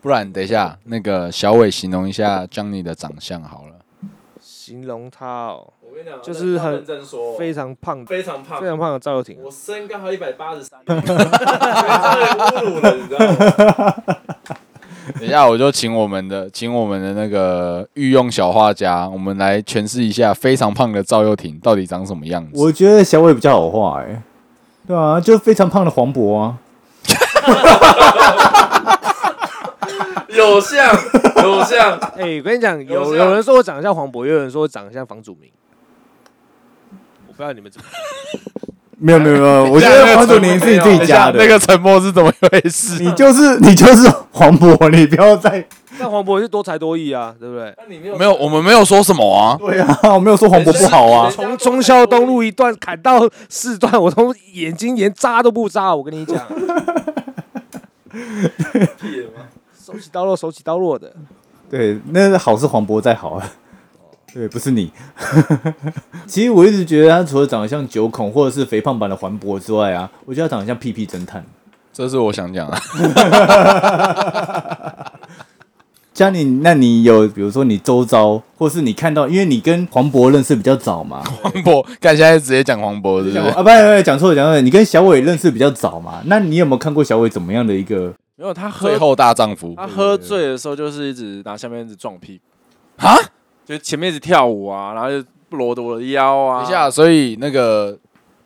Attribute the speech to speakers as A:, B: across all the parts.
A: 不然等一下那个小伟形容一下 Johnny 的长相好 了。
B: 形容他哦，
C: 我跟你讲，
B: 就是很
C: 要认真说，
B: 非常胖，
C: 非常胖
B: 非，常胖的赵又廷啊，
C: 我身高还有一百八十三，真的侮辱了，你知道吗？
A: 等一下我就请我们的，请我们的那个御用小画家，我们来诠释一下非常胖的赵又廷到底长什么样子。
D: 我觉得小伟比较好画哎、对啊，就非常胖的黄渤啊，
C: 有 像有像，
B: 哎，我跟你讲，
C: 有
B: 有
C: 像
B: 有人说我长得像黄渤，也有人说我长得像房祖名，我不知道你们怎 么，
D: 没有没有没 有，我觉得黄祖明是你自己加的，
A: 啊那个沉默是怎么一回事？
D: 你就是 你就是黄渤，你不要再
B: 但黄渤是多才多艺啊，对不对？
C: 那你没有
A: 没有，我们没有说什么啊。
D: 对啊，我没有说黄渤不好啊，
B: 从忠孝东路一段砍到四段，我都眼睛连眨都不眨。我跟你 讲，
C: 屁吗？
B: 手起刀落，手起刀落的。。
D: 对，那好是黄渤在好啊， 对，不是你。 其实我一直觉得他除了长得像九孔或者是肥胖版的黄渤之外啊，我觉得他长得像屁屁侦探。
A: 这是我想讲 的。
D: 嘉玲，那你有比如说你周遭，或是你看到，因为你跟黄渤认识比较早嘛，
A: 黄渤，看现在直接讲黄渤，是不
D: 讲
A: 是？
D: 啊，不不不，讲错了，讲错了，你跟小伟认识比较早嘛，那你有没有看过小伟怎么样的一个？
E: 没有他喝
A: 最后大丈夫
E: 他喝醉的时候就是一直拿下面一直撞屁股，
A: 啊！
E: 就是前面一直跳舞啊，然后就裸着我的腰啊，
A: 等一下，所以那个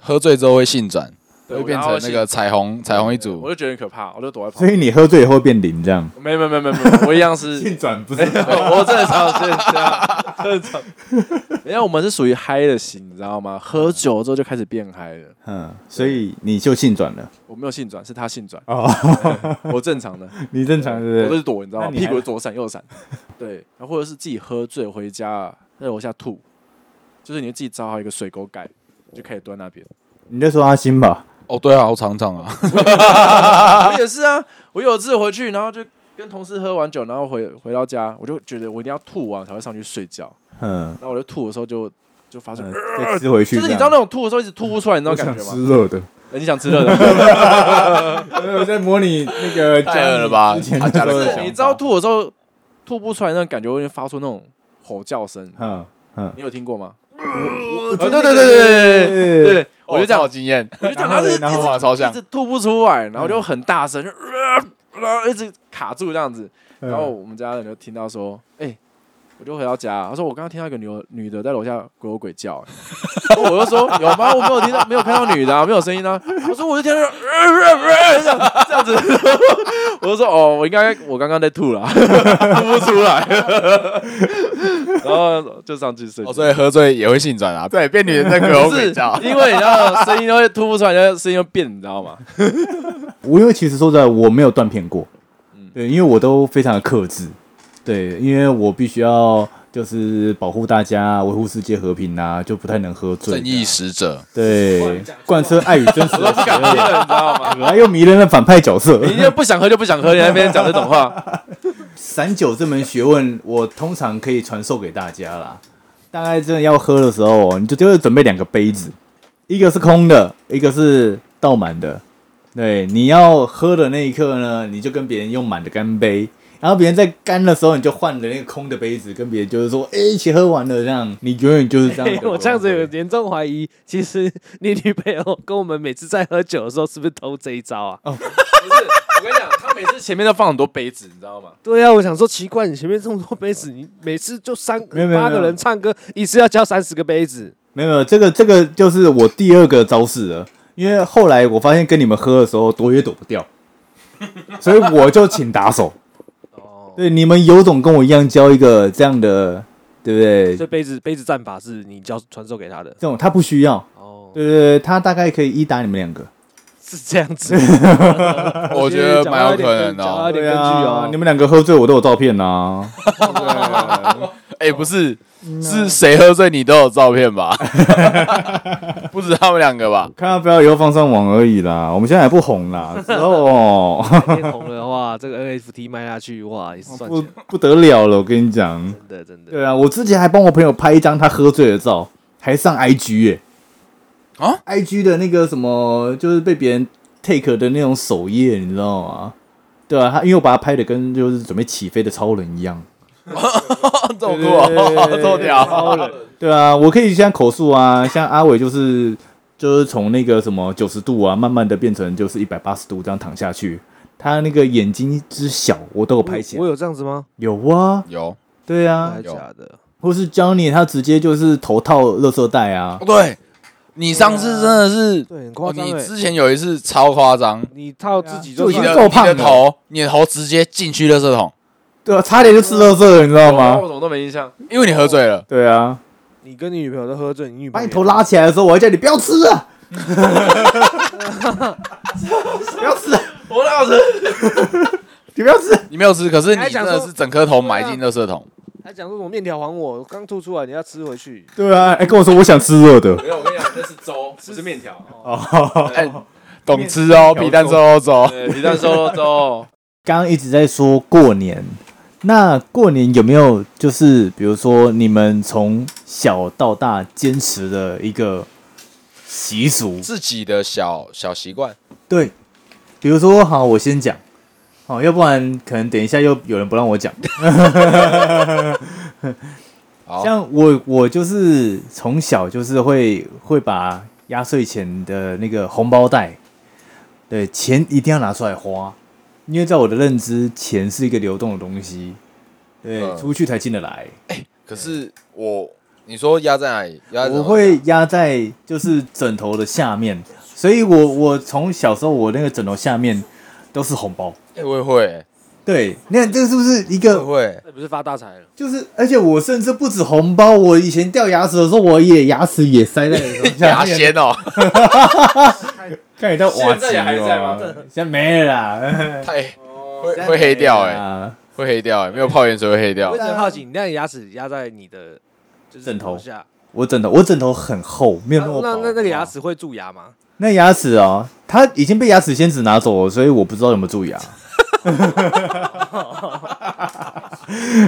A: 喝醉之后会性转，
E: 对
A: 会变成那个彩虹彩虹一
E: 我
A: 组。
E: 就觉得很可怕，我就躲在旁
D: 所
E: 边。
D: 以你喝醉以后会变零这样？
E: 没有没有没有没有没有，我一样是，
D: 运转不 是？
E: 我正常正常正常。因为我们是属于嗨的型，你知道吗？喝酒之后就开始变嗨了。
D: 嗯，所以你就性转了
E: 我没有性转，是他性转，
D: 哦，
E: 我正常 的，
D: 你正常是
E: 我
D: 不
E: 都
D: 是？
E: 是躲，你知道吗？
D: 那你还
E: 屁股左闪右闪。对，然后或者是自己喝醉回家，在楼下吐，就是你自己找好一个水沟盖，就开始蹲那边。
D: 你在说阿星吧？
A: 哦，对啊，我常常啊，
E: 我也是啊，我有一次回去，然后就跟同事喝完酒，然后回回到家，我就觉得我一定要吐完才会上去睡觉。
D: 嗯，
E: 然后我就吐的时候就就发出，
D: 嗯再吃回去
E: 就
D: 这
E: 是你
D: 样，
E: 知道那种吐的时候一直吐不出来，你知道
D: 我
E: 感
D: 想
E: 觉吗？
D: 吃热的，
E: 欸你想吃热 的，
D: 我在模拟那个
A: 太饿了吧
D: 之前
A: 他
D: 那
A: 加了
D: 个
A: 想
E: 是
A: 法
E: 你知道吐的时候吐不出来那种感觉，我会发出那种吼叫声，
D: 嗯嗯，
E: 你有听过吗？
D: 我
E: 啊 对对对对
A: 哦
E: 哦对对对，我就这样
A: 有，经验，
E: 我就讲
D: 然后
E: 他是
D: 嘞然后
E: 一直
A: 哇，超
E: 一
A: 像
E: 直吐不出来，然后就很大声，就呃然后一直卡住这样子。
D: 嗯
E: 然后我们家人就听到说，哎、我就回到家，他说我刚刚听到一个女女的在楼下鬼吼鬼叫、欸，我就说有吗？我没有听到，没有看到女的、啊，没有声音啊。我说我就听到、 呃呃呃、这样这样子，我就说哦，我应该我刚刚在吐了， 吐不出来， 然后就上去睡觉
A: 哦，。所以喝醉也会性转啊，对，变女人在鬼吼
E: 不
A: 鬼
E: 是
A: 叫，，
E: 因为你知道声音都会吐不出来，然后声音又变，你知道吗？
D: 我因为其实说实在，我没有断片过，对，因为我都非常的克制，对，因为我必须要就是保护大家，维护世界和平啊，就不太能喝 醉，
A: 正义使者，
D: 对，贯彻爱与真实的邪
E: 变
D: 恶，
E: 了，你知道吗？
D: 可爱又迷人的反派角色。
E: 你就不想喝就不想喝，你在那边讲这种话，
D: 散酒这门学问，我通常可以传授给大家啦。大概真的要喝的时候哦，你就就是准备两个杯子，一个是空的，一个是倒满的。对，你要喝的那一刻呢，你就跟别人用满的干杯，然后别人在干的时候，你就换了那个空的杯子，跟别人就是说，哎、一起喝完了这样，你永远就是这样
B: 哎 我这样子有严重怀疑，其实你女朋友跟我们每次在喝酒的时候，是不是偷这一招啊？
E: 不是，我跟你讲，他每次前面都放很多杯子，你知道吗？
B: 对啊，我想说奇怪，你前面这么多杯子，你每次就三
D: 没有没有
B: 八个人唱歌，一次要交三十个杯子，
D: 没有没有，这个这个就是我第二个招式了，因为后来我发现跟你们喝的时候躲也躲不掉，所以我就请打手。
B: 哦
D: 对，你们有种跟我一样交一个这样的，对不对？
B: 所以杯子杯子战法是你教传授给他的
D: 这种他不需要，
B: 哦，
D: 对对对，他大概可以一打你们两个。
B: 是这样子。
A: 我觉得蛮有可能的
B: 讲到
A: 哦。
B: 一点根
D: 对
B: 据
D: 啊
B: 哦，，
D: 你们两个喝醉我都有照片啊呐、
A: 哎，不是，是谁喝醉你都有照片吧？ 不止他们两个吧？
D: 看到不要以后放上网而已啦，我们现在还不红 啦，之后哦
B: 今天红了哇，这个 NFT 卖下去哇，也是赚
D: 不
B: 钱，
D: 不得了了，我跟你讲。
B: 真的真的。
D: 哦对啊，我之前还帮我朋友拍一张他喝醉的照，还上 IG 耶、
A: 啊
D: ，IG 的那个什么，就是被别人 take 的那种首页，你知道吗？对啊，他因为我把他拍的跟就是准备起飞的超人一样。
A: 这么酷啊，这么屌！
D: 超人。对啊，我可以像口述啊，像阿伟就是就是从那个什么九十度啊，慢慢的变成就是一百八十度这样躺下去。他那个眼睛之小，我都有拍起来
B: 我。有这样子吗？
D: 有啊，
A: 有，
D: 对啊
B: 还，
A: 有
B: 假的？
D: 或是 Johnny 他直接就是头套垃圾袋啊，
A: 对你上次真的是，
B: 对，很夸
A: 哦，
B: 张
A: 你
B: 欸
A: 之前有一次超夸张，
B: 你套自己
D: 啊就
B: 就
D: 已
A: 你
D: 经
A: 的
B: 算
D: 够
A: 你
D: 胖了
A: 的头，你的头直接进去垃圾桶，
D: 对啊，差点就吃垃圾了，你知道
E: 啊，
D: 吗？
E: 我怎么都没印象。
A: 因为你喝醉了。
D: 哦对啊，
B: 你跟你女朋友都喝醉，你女
D: 把
B: 朋
D: 你
B: 友
D: 头拉起来的时候，我还叫你不要吃 啊，不要吃啊，
E: 我老师，
D: 你不要吃啊，
A: 你没有吃，可是你
B: 还
A: 真
B: 讲说
A: 的是整颗头埋进垃圾桶。
B: 还讲说什么面条还我，我刚吐出来，你要吃回去。
D: 对啊，哎、跟我说我想吃热的
C: 没有，我跟你讲，那是粥，不是面条。
D: 哦。
A: 哎，懂吃哦，皮蛋瘦肉粥。
E: 对，皮蛋瘦 肉粥，
D: 刚刚一直在说过年，那过年有没有就是比如说你们从小到大坚持的一个习俗？
A: 自己的小小习惯，
D: 对，比如说好，我先讲，好，要不然可能等一下又有人不让我讲。
A: 好，
D: 像我，我就是从小就是会会把压岁钱的那个红包袋，对，钱一定要拿出来花，因为在我的认知，钱是一个流动的东西，对，
A: 嗯
D: 出去才进得来。
A: 可是我，你说压在哪里？压在什么
D: 我会压在就是枕头的下面，所以我我从小时候我那个枕头下面都是红包。
A: 哎，我也会，
D: 对，你看这是不是一
A: 我也
D: 个？
A: 会。
B: 那不是发大财了？
D: 就是，而且我甚至不止红包，我以前掉牙齿的时候，我也牙齿也塞在 枕头下
A: 牙
D: 面。
A: 仙哦，
D: 看你到瓦哦
C: 现在也还在吗
D: 现在没了啦，
A: 太会 会黑掉 哎，
D: 啊，
A: 会黑掉哎，没有泡盐水会黑掉
B: 我。只能好奇，你那牙齿压在你的就是
D: 枕头
B: 下，啊
D: 我枕头，我枕头很厚，没有
B: 那
D: 那么薄。
B: 啊
D: 哦
B: 那那个牙，齿会蛀牙吗？
D: 那牙齿哦，它已经被牙齿仙子拿走了，所以我不知道有没有蛀牙。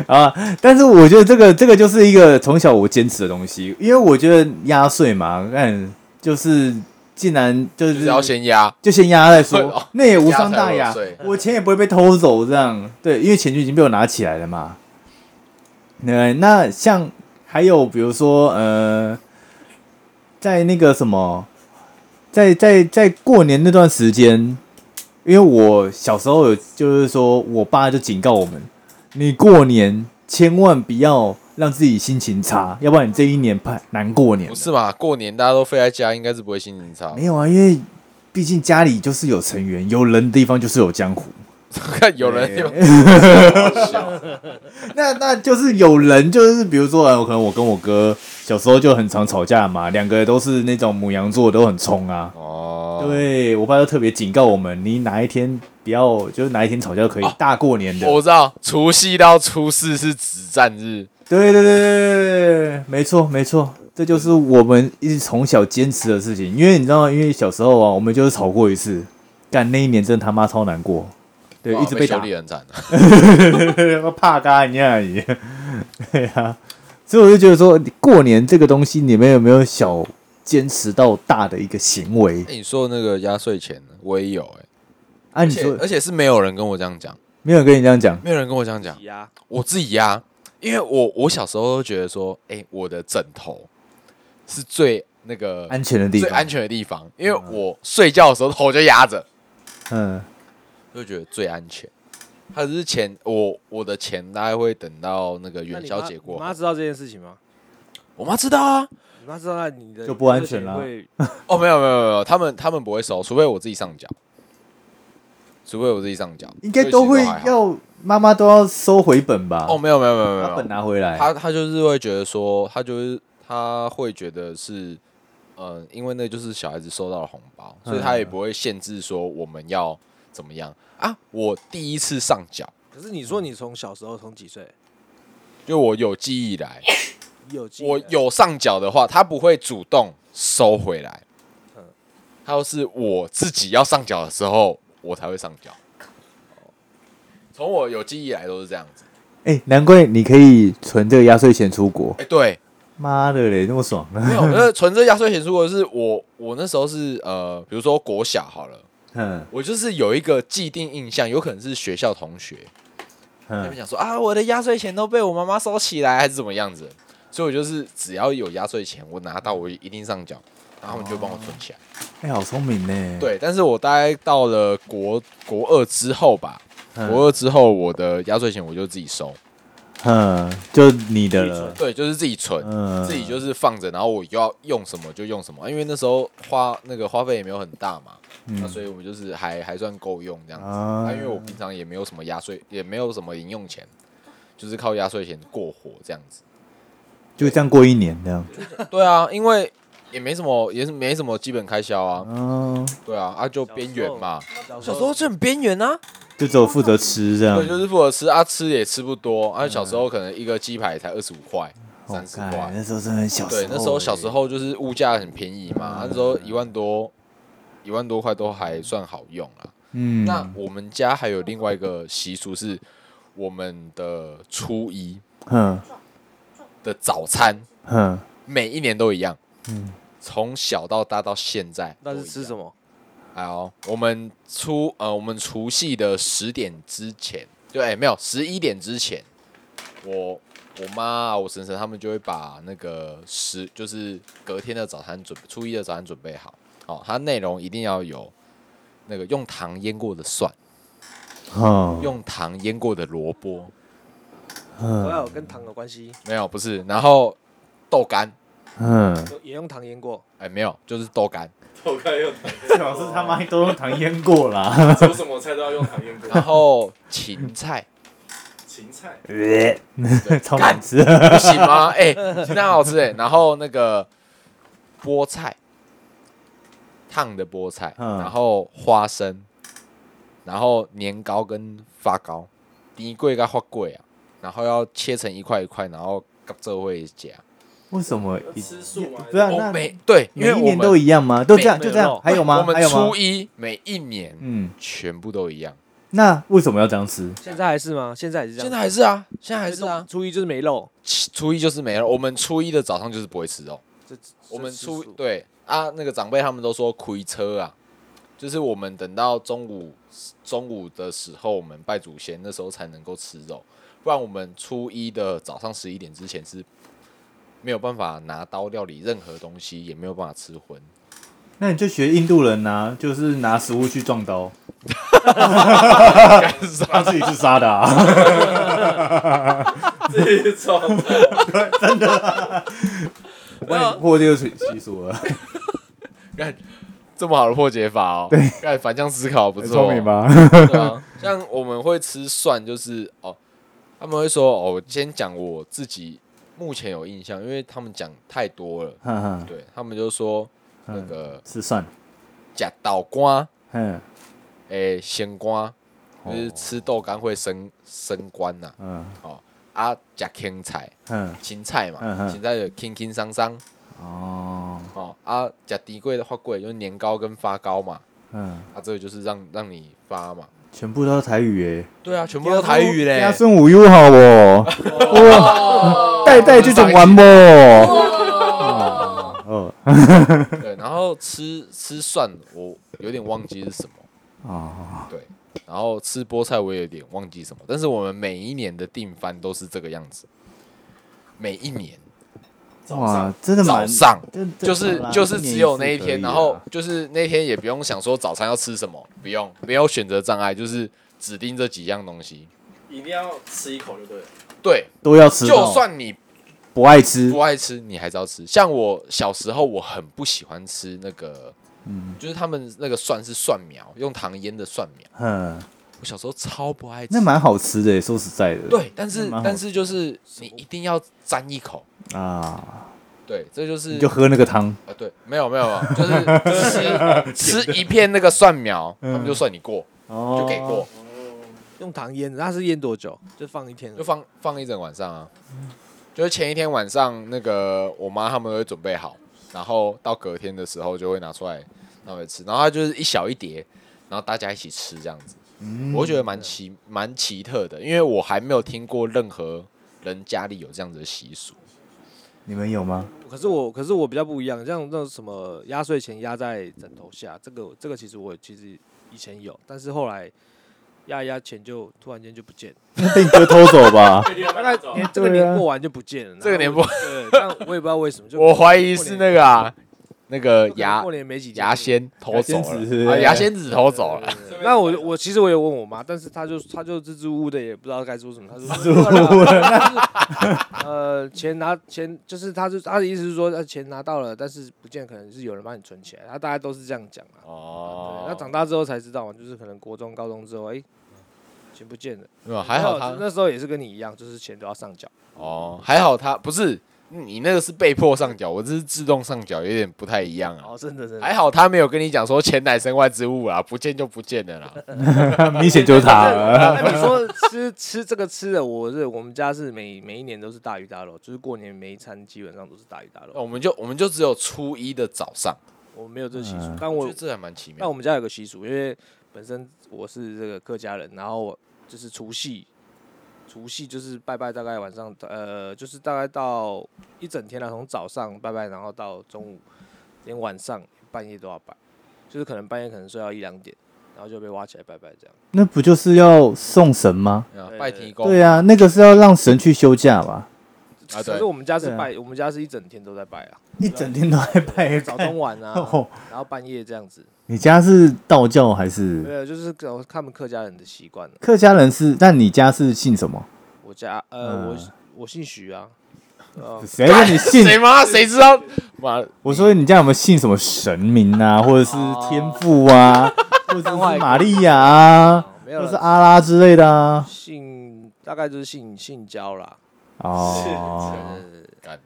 D: 啊！但是我觉得这个这个就是一个从小我坚持的东西，因为我觉得压岁嘛，看就是既然就
A: 就是是要先压，
D: 就先压再
A: 会 哦
D: 说，那也无伤大
A: 压
D: 雅
A: 才会有税，
D: 我钱也不会被偷走，这样对，因为钱就已经被我拿起来了嘛。那那像还有比如说呃，在那个什么，在在在过年那段时间，因为我小时候有就是说我爸就警告我们，你过年千万不要让自己心情差，要不然你这一年怕难过年
A: 不
D: 了。
A: 是嘛？过年大家都飞在家，应该是不会心情差
D: 没。有啊，因为毕竟家里就是有成员，有人的地方就是有江湖。
A: 看有人有
D: 那那就是有人，就是比如说，呃可能我跟我哥小时候就很常吵架嘛，两个都是那种母羊座，都很冲啊。
A: 哦，
D: 对我爸就特别警告我们，你哪一天不要，就是哪一天吵架就可以，大过年的。
A: 我知道，除夕到初四是止战日，
D: 对对对对对对，没错没错，这就是我们一直从小坚持的事情。因为你知道，因为小时候啊，我们就是吵过一次，干那一年真的他妈超难过，对，
A: 哇
D: 一直被
A: 啊修
D: 打。
A: 理很惨。
D: 怕嘎一样一样，对啊，所以我就觉得说，过年这个东西，你们有没有小坚持到大的一个行为？
A: 哎，你说的那个压岁钱，我也有哎，
D: 啊，
A: 而
D: 你
A: 且呃
D: 说
A: 而且是没有人跟我这样讲，
D: 没有跟你这样讲，
A: 没有人跟我这样讲。
B: 牙
A: 我自己压，因为我我小时候都觉得说，哎、我的枕头是最那个
D: 安全的地
A: 最
D: 方
A: 呃安，全的地方，嗯因为我睡觉的时候头就压着，
D: 嗯，
A: 就觉得最安全。他只是钱，我我的钱大概会等到那个元宵节过
B: 你
A: 后。
B: 妈知道这件事情吗？
A: 我妈知道啊，
B: 你妈知道那你的
D: 就不安全啦
B: 牙齿会
A: 哦，没有没有没有没有，他们他们不会收，除非我自己上缴，除非我自己上缴，
D: 应该都
A: 所以
D: 会
A: 其实还好。
D: 要妈妈都要收回本吧？
A: 哦，没有没有没有没有
D: 把
A: 没有
D: 本，拿回来，
A: 他他就是会觉得说，他就是他会觉得是，呃，因为那就是小孩子收到了红包，所以他也不会限制说我们要怎么样啊。我第一次上缴，
B: 可是你说你从小时候从几岁
A: 就我有记忆以来，
B: 有记忆
A: 我
B: 的
A: 有上缴的话，他不会主动收回来
B: 嗯，
A: 他要是我自己要上缴的时候，我才会上缴。从我有记忆以来都是这样子。
D: 哎、难怪你可以存这个压岁钱出国，
A: 哎、对，
D: 妈的嘞，那么爽啊！
A: 没有，那存这压岁钱，如果是我，我那时候是呃，比如说国小好了，
D: 嗯
A: 我就是有一个既定印象，有可能是学校同学，他们
D: 嗯，
A: 讲说啊，我的压岁钱都被我妈妈收起来，还是怎么样子。所以我就是只要有压岁钱，我拿到我一定上缴，然后他们就帮我存起来。
D: 哎，好聪明呢。，
A: 对，但是我大概到了国国二之后吧，
D: 嗯
A: 国二之后我的压岁钱我就自己收，
D: 嗯，就你的了，
A: 对，就是自己存，
D: 嗯，
A: 自己就是放着，然后我要用什么就用什么，因为那时候花那个花费也没有很大嘛，
D: 嗯
A: 那所以我们就是还还算够用这样子。
D: 啊
A: 啊，因为我平常也没有什么压岁，也没有什么零用钱，就是靠压岁钱过活这样子。
D: 就这样过一年这样。
A: 对啊，因为也没什么，也是没什么基本开销啊。
D: 嗯，
A: 对啊，啊就边缘嘛。
B: 小
A: 小时候就很边缘啊，
D: 就只有负责吃这样
A: 对，。就是负责吃啊，吃也吃不多啊。小时候可能一个鸡排才二十五块、
D: 我
A: 三十
D: 嗯哦干
A: 块，
D: 那时候真的很小时候
A: 对
D: 嗯欸。，
A: 那时候小时候就是物价很便宜嘛，那时候一万多，一万多块都还算好用啦。
D: 嗯，
A: 那我们家还有另外一个习俗是，我们的初一
D: 嗯
A: 的早餐
D: 嗯，
A: 每一年都一样，
D: 嗯
A: 从小到大到现在
B: 那是吃什
A: 么？
B: 么？
A: 哎呦，我们初呃，我们除夕的十点之前，对，哎没有十一点之前，我我妈啊我婶婶他们就会把那个十就是隔天的早餐准初一的早餐准备好哦，它内容一定要有那个用糖腌过的蒜，
D: 哦，
A: 用糖腌过的萝卜，
B: 我要
D: 嗯
B: 有跟糖有关系，
A: 没有不是，然后豆干，
D: 嗯，
B: 有也用糖腌过。
A: 哎没有，就是豆干，
C: 我看用
D: 最好是他妈都用糖腌过啦。
C: 做什么菜都要用糖腌过，
A: 然后芹菜。
C: 芹菜
D: 超难吃。
A: 不行吗？ 哎、芹菜好吃哎、然后那个菠菜，烫的菠菜，
D: 嗯
A: 然后花生，然后年糕跟发糕，泥桂跟花桂啊，然后要切成一块一块，然后各这会加。
D: 为什么一？
C: 吃素吗？
D: 不是啊
A: 哦，
D: 那
A: 每对，因
D: 每
A: 为
D: 一
A: 我
D: 年
A: 们
D: 都一样吗？都这样
B: 每
D: 就这样？还有
A: 我
D: 吗？还
A: 们
D: 有吗
A: 初？一每一年
D: 嗯，
A: 全部都一样，
D: 那为什么要这样吃？
B: 现在还是吗？现在还是这样。
A: 现在还是啊，现在还是啊，
B: 初一就是没肉，
A: 初一就是没了。我们初一的早上就是不会吃哦肉。
B: 这
A: 我们初
B: 出
A: 对啊，那个长辈他们都说亏车啊，就是我们等到中午中午的时候，我们拜祖先那时候才能够吃肉，不然我们初一的早上十一点之前是没有办法拿刀料理任何东西，也没有办法吃荤。
D: 那你就学印度人呐、就是拿食物去撞刀，他自己是杀的啊，
C: 自己做菜，
D: 我
A: 啊
D: 帮你破这个习习俗了，
A: 这么好的破解法哦，对，看反向思考不错，哦
D: 聪明？吧？
A: 对啊，像我们会吃蒜，就是哦，他们会说哦，我先讲我自己目前有印象，因为他们讲太多了。
D: 哈哈，
A: 对他们就说那
D: 嗯，
A: 个
D: 吃蒜，
A: 假豆干，
D: 嗯
A: 诶，鲜瓜，就
D: 哦
A: 是吃豆干会升升官呐、
D: 嗯
A: 啊。啊，假芹菜，
D: 嗯，
A: 芹菜嘛，
D: 嗯哼
A: 芹菜有轻轻桑桑
D: 哦，
A: 哦。啊，假低贵的话贵，就是年糕跟发糕嘛。
D: 嗯，
A: 啊，这个就是让让你发嘛。
D: 全部都是台语诶、
A: 对啊，全部都台语嘞
D: 家。孙五优好哦，哇，代代这种玩不？
A: 哦
D: 哦
A: 对，然后吃吃蒜，我有点忘记是什么。
D: 哦，
A: 对，然后吃菠菜我也有点忘记什么，但是我们每一年的订番都是这个样子，每一年
D: 哇，真的
A: 早
D: 蛮，
A: 上
D: 真的
A: 就是
D: 好啦
A: 就是只有那一
D: 一
A: 天，
D: 年次可以啊
A: 然后
D: 啦
A: 就是那天也不用想说早餐要吃什么，不用没有选择障碍，就是指定这几样东西。
C: 一定要吃一口就对了。
A: 对，
D: 都要吃到，
A: 就算你
D: 不爱吃
A: 不，爱吃，你还是要吃。像我小时候，我很不喜欢吃那个，
D: 嗯
A: 就是他们那个蒜是蒜苗，用糖腌的蒜苗。
D: 嗯，
A: 我小时候超不爱吃，
D: 那蛮好吃的、说实在的，
A: 对，但是
D: 蛮好
A: 但是就是你一定要沾一口，
D: 啊，
A: 对，这就是
D: 你就喝那个汤，
A: 啊，对，没有没有，没有 就是吃吃一片那个蒜苗，他们就算你过，
D: 哦
A: 就给过，
B: 用糖腌，那是腌多久？就放一天而已，
A: 就放放一整晚上啊。就是前一天晚上，那个我妈他们会准备好，然后到隔天的时候就会拿出来拿来吃，然后它就是一小一碟，然后大家一起吃这样子，
D: 嗯
A: 我会觉得蛮奇蛮奇特的，因为我还没有听过任何人家里有这样子的习俗。
D: 你们有吗？
B: 可是我，可是我比较不一样，像那种什么压岁钱压在枕头下，这个这个其实我其实以前有，但是后来压一压钱就突然间就不见了。
D: 被你哥偷走吧？
C: 确定要
B: 大
C: 搬
B: 概
C: 走
B: 年这个
D: 对啊
B: 年过完就不见了，然后
A: 哎这个年过
B: 对，但我也不知道为什么，就
A: 我怀疑是那个啊，那个牙
B: 过年没几天
A: 牙仙偷走
D: 牙仙子
A: 了，
D: 是不
A: 啊
D: 是
A: 牙仙子偷走了，
B: 对那我我其实我也问我妈，但是她就她就支支吾吾的，也不知道该说什么。她说啊支吾呃，钱拿钱就是她就她的意思是说，呃，钱拿到了，但是不见可能是有人帮你存起来，她大概都是这样讲啊。
A: 哦
B: 对，那长大之后才知道嘛，就是可能国中、高中之后，哎、钱不见了。
A: 没有还好
B: 那
A: 他
B: 那时候也是跟你一样，就是钱都要上缴。
A: 哦，还好他不是你那个是被迫上缴，我这是自动上缴，有点不太一样啊。
B: 哦，真的真的。
A: 还好他没有跟你讲说钱乃身外之物啊，不见就不见了 啦。
D: 明显就是他了。
B: 那你说吃吃这个吃的，我是我们家是每每一年都是大鱼大肉，就是过年每一餐基本上都是大鱼大
A: 那
B: 肉。
A: 我们就我们就只有初一的早上，
B: 我没有这个习俗
D: 嗯，
B: 但
A: 我觉
B: 我
A: 得这还蛮奇
B: 但
A: 妙
B: 我。们家有个习俗，因为本身我是这个客家人，然后我就是除夕，除夕就是拜拜，大概晚上呃，就是大概到一整天了，从早上拜拜，然后到中午，连晚上半夜都要拜，就是可能半夜可能睡到一两点，然后就被挖起来拜拜这样。
D: 那不就是要送神吗？
A: 啊
B: 对
A: 拜天公，
D: 对啊，那个是要让神去休假吧？
A: 啊
B: 可
A: 对
B: 是我们家
D: 对
B: 是
D: 啊
B: 拜，我们家是一整天都在拜啊。
D: 一整天都在拜
B: 早中晚啊
D: 哦，
B: 然后半夜这样子，
D: 你家是道教还是
B: 没有，就是搞他们客家人的习惯了。
D: 客家人是？那你家是信什么？
B: 我家呃，
D: 嗯
B: 我我姓徐啊，呃，
D: 谁问 你信？
A: 谁妈谁知道？妈，
D: 我说你家有没有信什么神明
B: 哦
D: 啊，或者是天父 啊， 或者是玛利亚啊，
B: 哦没
D: 或
B: 有
D: 者是
B: 了，
D: 阿拉之类的啊？
B: 姓大概就是姓姓焦啦，
D: 哦，
B: 呃，
A: 干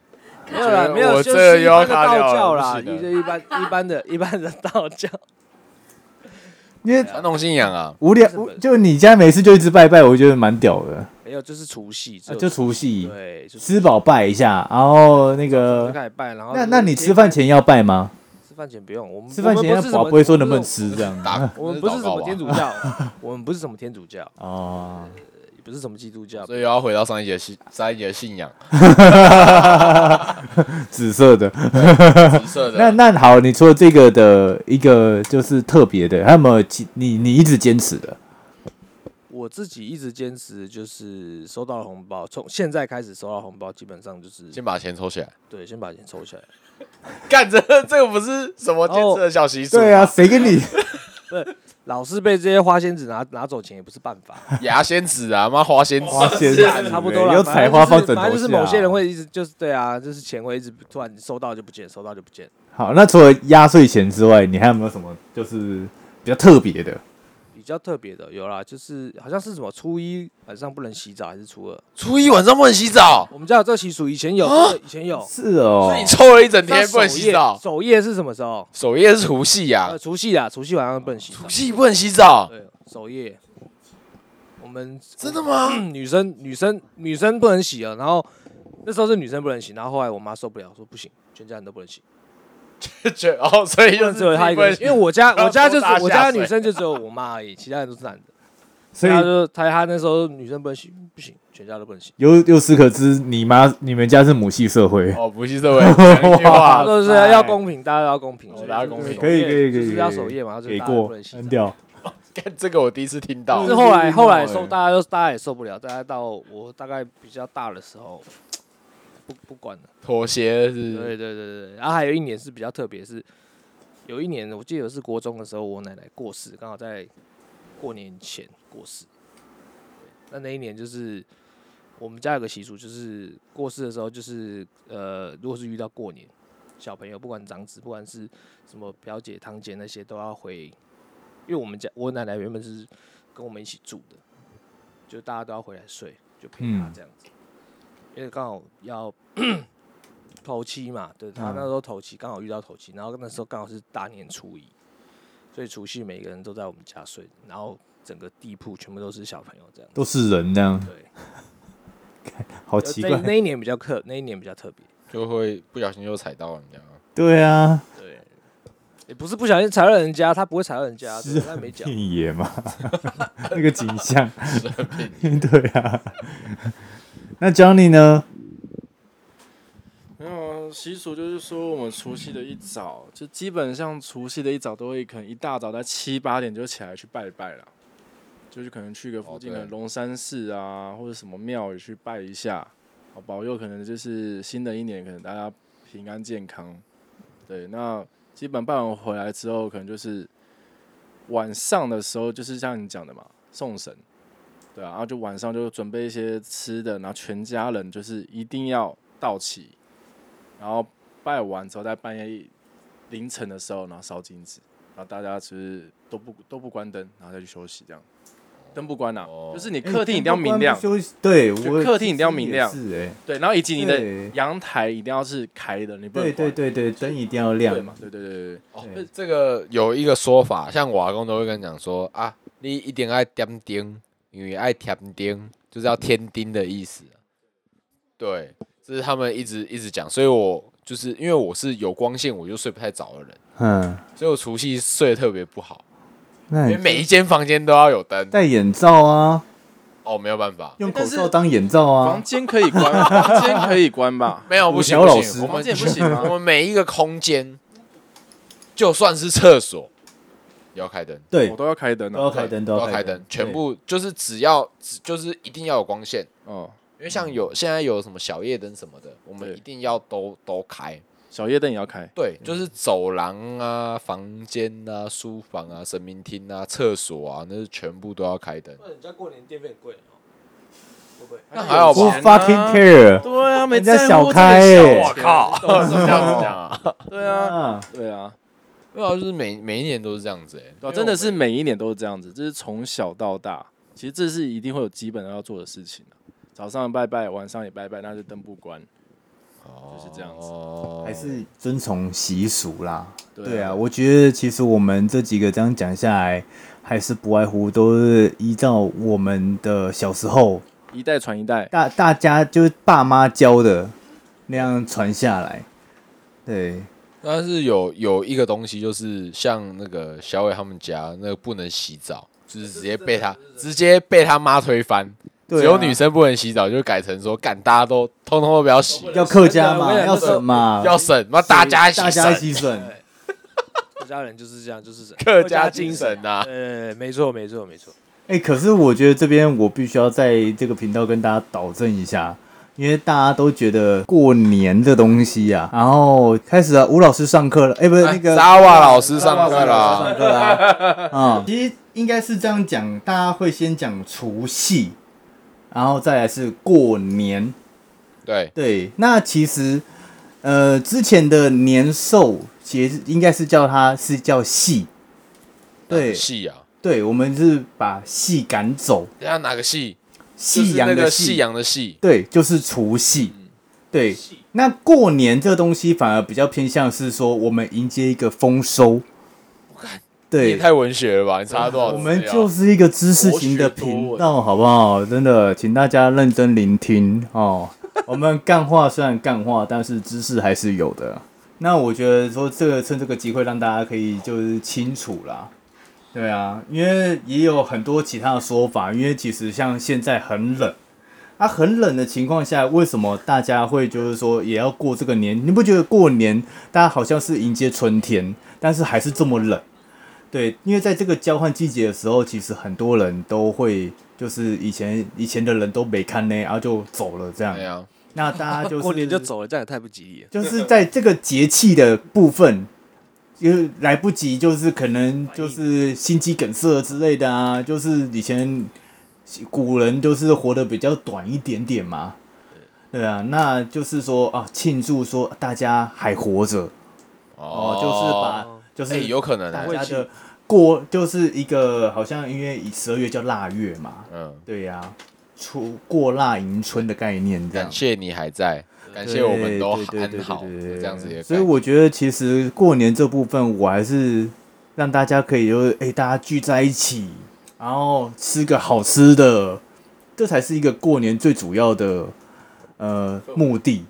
B: 没有啦，没有，
A: 我
B: 就
A: 这
B: 是一
A: 又要
B: 般的
A: 卡掉
B: 道
A: 了
B: 教
A: 不
B: 啦，
A: 行了
B: 就是一般一般的一般的道教，
D: 因为
A: 传统信仰啊，
D: 无聊，无就你家每次就一直拜拜，我觉得蛮屌的。
B: 没有，就是除夕，只
D: 啊
B: 有
D: 就除夕
B: 对，就
D: 吃饱拜一下，然后那
B: 就
D: 个，
B: 开始拜，然后
D: 那
B: 就是
D: 那你吃饭前要拜吗？
B: 吃饭前不用，我们
D: 吃饭前要
B: 我
D: 不
B: 们
D: 不
B: 不
D: 会
B: 是什
D: 说
B: 么
D: 能不能吃这样
A: 打
B: 我们不是什么天
A: 主，
B: 主教， 我们不是什么天主教，
D: 哦。
B: 也不是什么基督教，
A: 所以又要回到上一节信上一节信 仰，
D: 紫色的。
A: 紫色
B: 啊
A: 的。
D: 那那好，你除了这个的一个就是特别的，还有没有其你你一直坚持的？
B: 我自己一直坚持，就是收到了红包，从现在开始收到红包，基本上就是
A: 先把钱抽起来。
B: 对，先把钱抽起来。
A: 干这这个不是什么建设的小习俗、
D: 对啊，，谁跟你？
B: 老是被这些花仙子拿拿走钱也不是办法，
A: 牙仙子啊，妈花仙子，
D: 花仙子
B: 啊差不多了。
D: 有采花放枕
B: 反正
D: 头
B: 就是
D: 下啊
B: 某些人会一直就是对啊，就是钱会一直突然收到就不见，收到就不见。
D: 好，那除了压岁钱之外，你还有没有什么就是比较特别的？
B: 比较特别的有啦，就是好像是什么初一晚上不能洗澡还是初二，
A: 初一晚上不能洗澡，
B: 我们家有这习俗，以前有，以前有。
D: 是哦
A: 所以你抽了一啊整天
B: 那
A: 不能洗澡。
B: 首夜首夜是什么时候？
A: 首页是除夕啊
B: 呃，，除夕啊，除夕晚上不能洗澡
A: 除。夕不能洗澡，
B: 对，首页。我们
A: 哦
B: 嗯
A: 真的吗？
B: 女生女生女生不能洗啊了，然后那时候是女生不能洗，然后后来我妈受不了，说不行，全家人都不能洗，
A: 觉得哦，所以
B: 不
A: 就
B: 能
A: 是
B: 只有她一个
A: 不能
B: 人，因为我家
A: 她
B: 我家就是
A: 泼她
B: 我家
A: 下水
B: 女生就只有我妈而已，其他人都是男的，
D: 所以
B: 她就她她那时候女生不能洗，不行，全家都不能洗，
D: 由由此可知，你妈你们家是母系社会。
A: 哦，不是这 位讲一句
B: 她
A: 话，
B: 都是
D: 塞
B: 要公平，大家都要公平
A: 哦，
B: 所以
A: 大家
B: 就是
A: 公平
B: 守
D: 可以
B: 夜
D: 可以可以
B: 就是要
D: 可以
B: 守夜嘛，就是
D: 给
B: 大家都
D: 过
B: 不能，洗
D: 很
B: 澡。
D: 屌。
A: 干这个我第一次听 到
B: 是，后来后来
D: 欸
B: 受大家都大家也受不了，大家到我大概比较大的时候，不不管了。
A: 妥协是
B: 对对对对，对然后还有一年是比较特别，是有一年我记得是国中的时候，我奶奶过世，刚好在过年前过世。对那那一年就是我们家有个习俗，就是过世的时候，就是呃，如果是遇到过年，小朋友不管长子，不管是什么表姐、堂姐那些，都要回，因为我们家我奶奶原本是跟我们一起住的，就大家都要回来睡，就陪她
D: 嗯
B: 这样子，因为刚好要头七嘛，对她
D: 嗯
B: 那时候头七刚好遇到头七，然后那时候刚好是大年初一，所以除夕每个人都在我们家睡，然后整个地铺全部都是小朋友这样子，
D: 都是人这样，
B: 对。
D: 好
B: 呃
D: 奇
B: 那
D: 怪。
B: 那一年比较特，那一年比较特别。
A: 就会不小心就踩到人家。
D: 对啊，
B: 对，也不是不小心踩到人家，他不会踩到人家，对他没 讲。
D: 片野嘛，那个景 象， 啊对啊。那 Johnny 呢？
E: 没有啊，习俗就是说，我们除夕的一早，就基本上除夕的一早都会可能一大早在七八点就起来去拜拜了，就是可能去个附
A: 哦
E: 近的
A: 对
E: 龙山寺啊，或者什么庙宇去拜一下，好保佑可能就是新的一年可能大家平安健康。对，那基本拜完回来之后，可能就是晚上的时候，就是像你讲的嘛，送神。对啊，然后就晚上就准备一些吃的，然后全家人就是一定要到齐，然后拜完之后，在半夜一凌晨的时候，然后烧金纸，然后大家其实都不都不关灯，然后再去休息，这样灯不关啦、啊
A: 哦
E: 就是你
D: 哎
E: 客厅一定要明亮，
D: 休息对
E: 就
D: 我
E: 客厅一定要明亮
D: 其实也是哎，
E: 对，然后以及你的
D: 对
E: 阳台一定要是开的，你不能
D: 对对
E: 关
D: 对对，灯一定要亮
E: 对嘛，对对对对对，
A: 哦
D: 对，
A: 这个有一个说法，像我阿公都会跟你讲说啊，你一定爱点丁，因为爱添丁就是要添丁的意思。对，这是他们一直一直讲，所以我就是因为我是有光线我就睡不太着的人，
D: 嗯，
A: 所以我除夕睡得特别不好，
D: 那
A: 因为
D: 你
A: 每一间房间都要有灯。
D: 戴眼罩啊，
A: 哦，没有办法，
D: 用
E: 哎
D: 口
E: 但是
D: 罩当眼罩
E: 房
D: 啊，
E: 间可以关，房间可以关吧？
A: 没有不行
D: 小
A: 不
D: 老
A: 行，
D: 师
A: 我
E: 房
A: 们
E: 间也不行啊
A: 我
E: 吗？
A: 们每一个空间，就算是厕所，也要开灯。
D: 对哦
E: 我，都要开灯
D: 都
E: 啊。
D: 要开灯，
A: 都
D: 要
A: 开
D: 开
A: 灯
D: 灯，，
A: 全部就是只要只就是一定要有光线，
E: 哦，
A: 因为像有现在有什么小夜灯什么的，我们
E: 对
A: 一定要都都开。
E: 小夜灯也要开。
A: 对，就是
D: 嗯
A: 走廊啊、房间啊、书房啊、神明厅啊、厕所啊，那是全部都要开灯。
B: 那人家过年电费很贵哦，会不会？
A: 那还好
D: 不
A: 吧？
E: 钱啊
D: fucking care，
E: 对啊，没
D: 人家
E: 在
D: 小
E: 乎这个
D: 开欸
E: 小钱
A: 靠
E: 懂我意思吗
A: 这样子讲啊？
E: 对啊，
D: 啊
E: 对啊，
A: 没有啊，就是每每一年都是这样子哎、
E: 对啊，真的是每一年都是这样子，这是从小到大，其实这是一定会有基本的要做的事情啊早上拜拜，晚上也拜拜，那就灯不关。就是这样子
A: 子
D: 还是遵从习俗啦。对
E: 啊，
D: 啊，我觉得其实我们这几个这样讲下来，还是不外乎都是依照我们的小时候
E: 一代传一代，
D: 大大家就是爸妈教的那样传下来。对，
A: 但是有有一个东西，就是像那个小伟他们家那个不能洗澡，就是直接被他直接被他妈推翻。
D: 对啊
A: 只有女生不能洗澡，就改成说干大家都通通都不要洗，
D: 要客家嘛，
E: 我也
D: 要什嘛，
A: 要省，妈大家一起
D: 大家一
A: 省，
D: 起省。
B: 对，客家人就是这样，就是这样
A: 客家精神啊
D: 啊
A: 呐、
B: 呃，没错，没错，没错。
D: 哎、可是我觉得这边我必须要在这个频道跟大家导正一下，因为大家都觉得过年这东西啊，然后开始啊，吴老师上课了，哎、不是那个
A: 扎瓦老师上课啦，
D: 上课 啦。啊，其实应该是这样讲，大家会先讲除夕，然后再来是过年。
A: 对，
D: 对，那其实呃之前的年兽其实应该是叫它是叫戏。对
A: 戏啊，
D: 对，我们是把戏赶走，
A: 等下哪个戏？
D: 夕
A: 就是
D: 阳
A: 那
D: 的
A: 个
D: 戏
A: 夕阳的戏，
D: 对，就是除夕。对，那过年这东西反而比较偏向是说，我们迎接一个丰收。
A: 你也
D: 对，
A: 太文学了吧？你差多少
D: 我
A: 资料？啊
D: 们就是一个知识型的频道，好不好？真的，请大家认真聆听哦。我们干话虽然干话，但是知识还是有的。那我觉得说，这个趁这个机会让大家可以就是清楚啦。对啊，因为也有很多其他的说法，因为其实像现在很冷，啊，很冷的情况下，为什么大家会就是说也要过这个年？你不觉得过年大家好像是迎接春天，但是还是这么冷？对，因为在这个交换季节的时候，其实很多人都会，就是以前以前的人都没看呢，然后就走了这样
A: 对。啊，
D: 那大家就是 嗯
B: 过年就走了，这样也太不吉利了。
D: 就是在这个节气的部分，就是来不及，就是可能就是心肌梗塞之类的啊，就是以前古人就是活得比较短一点点嘛，对啊，那就是说啊，庆祝说大家还活着哦，就是把就是、
A: 哎、有可能
D: 大
A: 啊，
D: 家的过就是一个好像因为十二月叫腊月嘛，
A: 嗯，
D: 对呀、出过腊迎春的概念这样
A: 感。谢你还在，感谢
D: 对
A: 我们都
D: 对对对
A: 很好，
D: 对对对
A: 这样子也。
D: 所以我觉得其实过年这部分，我还是让大家可以就是哎、大家聚在一起，然后吃个好吃的，这才是一个过年最主要的呃目的。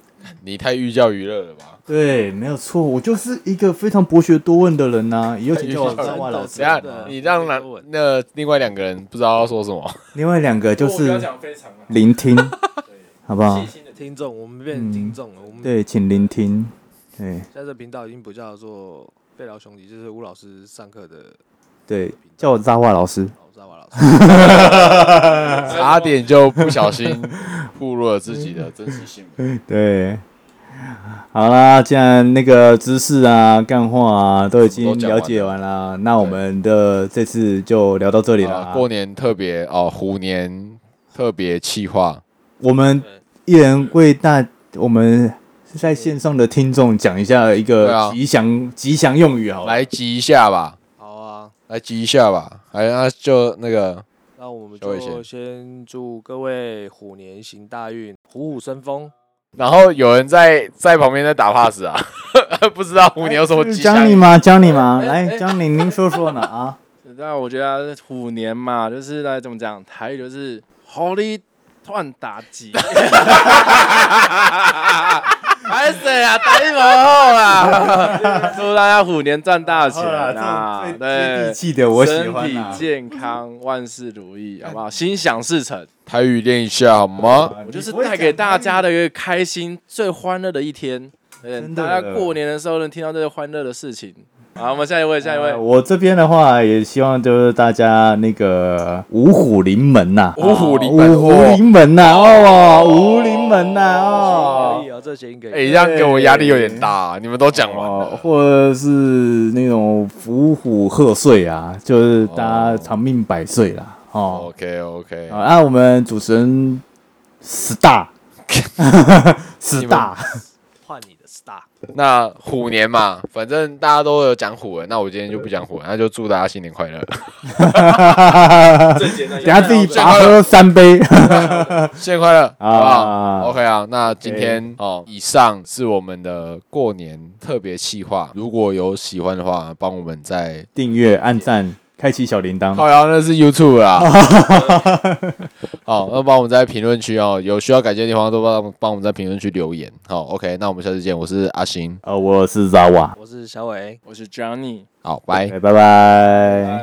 A: 你太寓教于乐了吧？
D: 对，没有错，我就是一个非常博学多问的人 呐、也有请叫我张万老
A: 等
D: 师
A: 下
D: 嘛。
A: 你让那那另外两个人不知道要说什么，
D: 另外两个就
E: 不过我不要
D: 是
E: 讲非常啊，
D: 聆听，好不好？
E: 心的
B: 听众，我们变成听众了。我们
D: 对，请聆听。对
B: 现在这频道已经不叫做贝劳兄弟，就是吴老师上课的
D: 对，叫我扎化老师。
B: 老扎瓦老 师。
A: 差点就不小心暴露了自己的真实姓名。
D: 对，好啦，既然那个知识啊、干话啊都已经了解完啦，那我们的这次就聊到这里了
A: 啊
D: 啊。
A: 过年特别哦，虎年特别气话，
D: 我们一人为大我们在线上的听众讲一下一
A: 对
D: 个
A: 啊
D: 吉祥、吉祥用语好了，
A: 来集一下吧，
B: 好啊，
A: 来集一下吧。哎，那就那个
B: 那我们
A: 小伟先
B: 就先祝各位虎年行大运，虎虎生风。
A: 然后有人在在旁边在打 pass 啊，不知道虎年有什么
D: 是
A: 吉
D: 江
A: 祥语。
D: 你
A: 哎
D: 吗？江你吗？来，江你，您说说 呢啊？
E: 那我觉得虎年嘛，就是来怎么讲，台语就是“狐狸乱打击”，还是啊，打一毛啦！啊祝大家虎年赚大钱
D: 啦，
E: 啊！
D: 这种最接
E: 对
D: 地，气的我喜
E: 身
D: 欢
E: 体
D: 啊。
E: 健康，万事如意，好不好？心想事成，
A: 台语练一下好吗？
E: 我就是带给大家的一个开心、最欢乐的一天。对
D: 真，的
E: 大家过年的时候能听到这些欢乐的事情。好，我们下一位，下一位
D: 呃。我这边的话，也希望就是大家那个五虎临门呐、
A: 五虎临门哦
D: 五虎临门呐、哦，五虎临门呐、
B: 可
D: 哦
B: 以。哦，这谐音可
A: 哎，
B: 以。
A: 这样给我压力有点大啊，你们都讲完
D: 哦
A: 了，，
D: 或者是那种五虎贺岁啊，就是大家长命百岁啦。哦，
A: OK OK，
D: 好那、我们主持人十 大，十大，
B: 换你的 star，
A: 那虎年嘛，反正大家都有讲虎了，那我今天就不讲虎了，那就祝大家新年 快乐，
C: 最简单
D: 等下自己
A: 讲
D: 拔喝三杯。
A: 新年快乐，好不
D: 啊
A: 好？OK 啊，那今天哦，以上是我们的过年特别企划，如果有喜欢的话，帮我们在
D: 订阅、按赞、开启小铃铛。
A: 靠呀，那是 YouTube 啦。好，那帮我们在评论区哦，有需要改进的地方都帮帮我们在评论区留言。好，OK，那我们下次见，我是阿星，
D: 呃，我是 Zawa，哎
B: 我是小伟。
E: 我是 Johnny。
A: 好，拜。
D: 拜拜。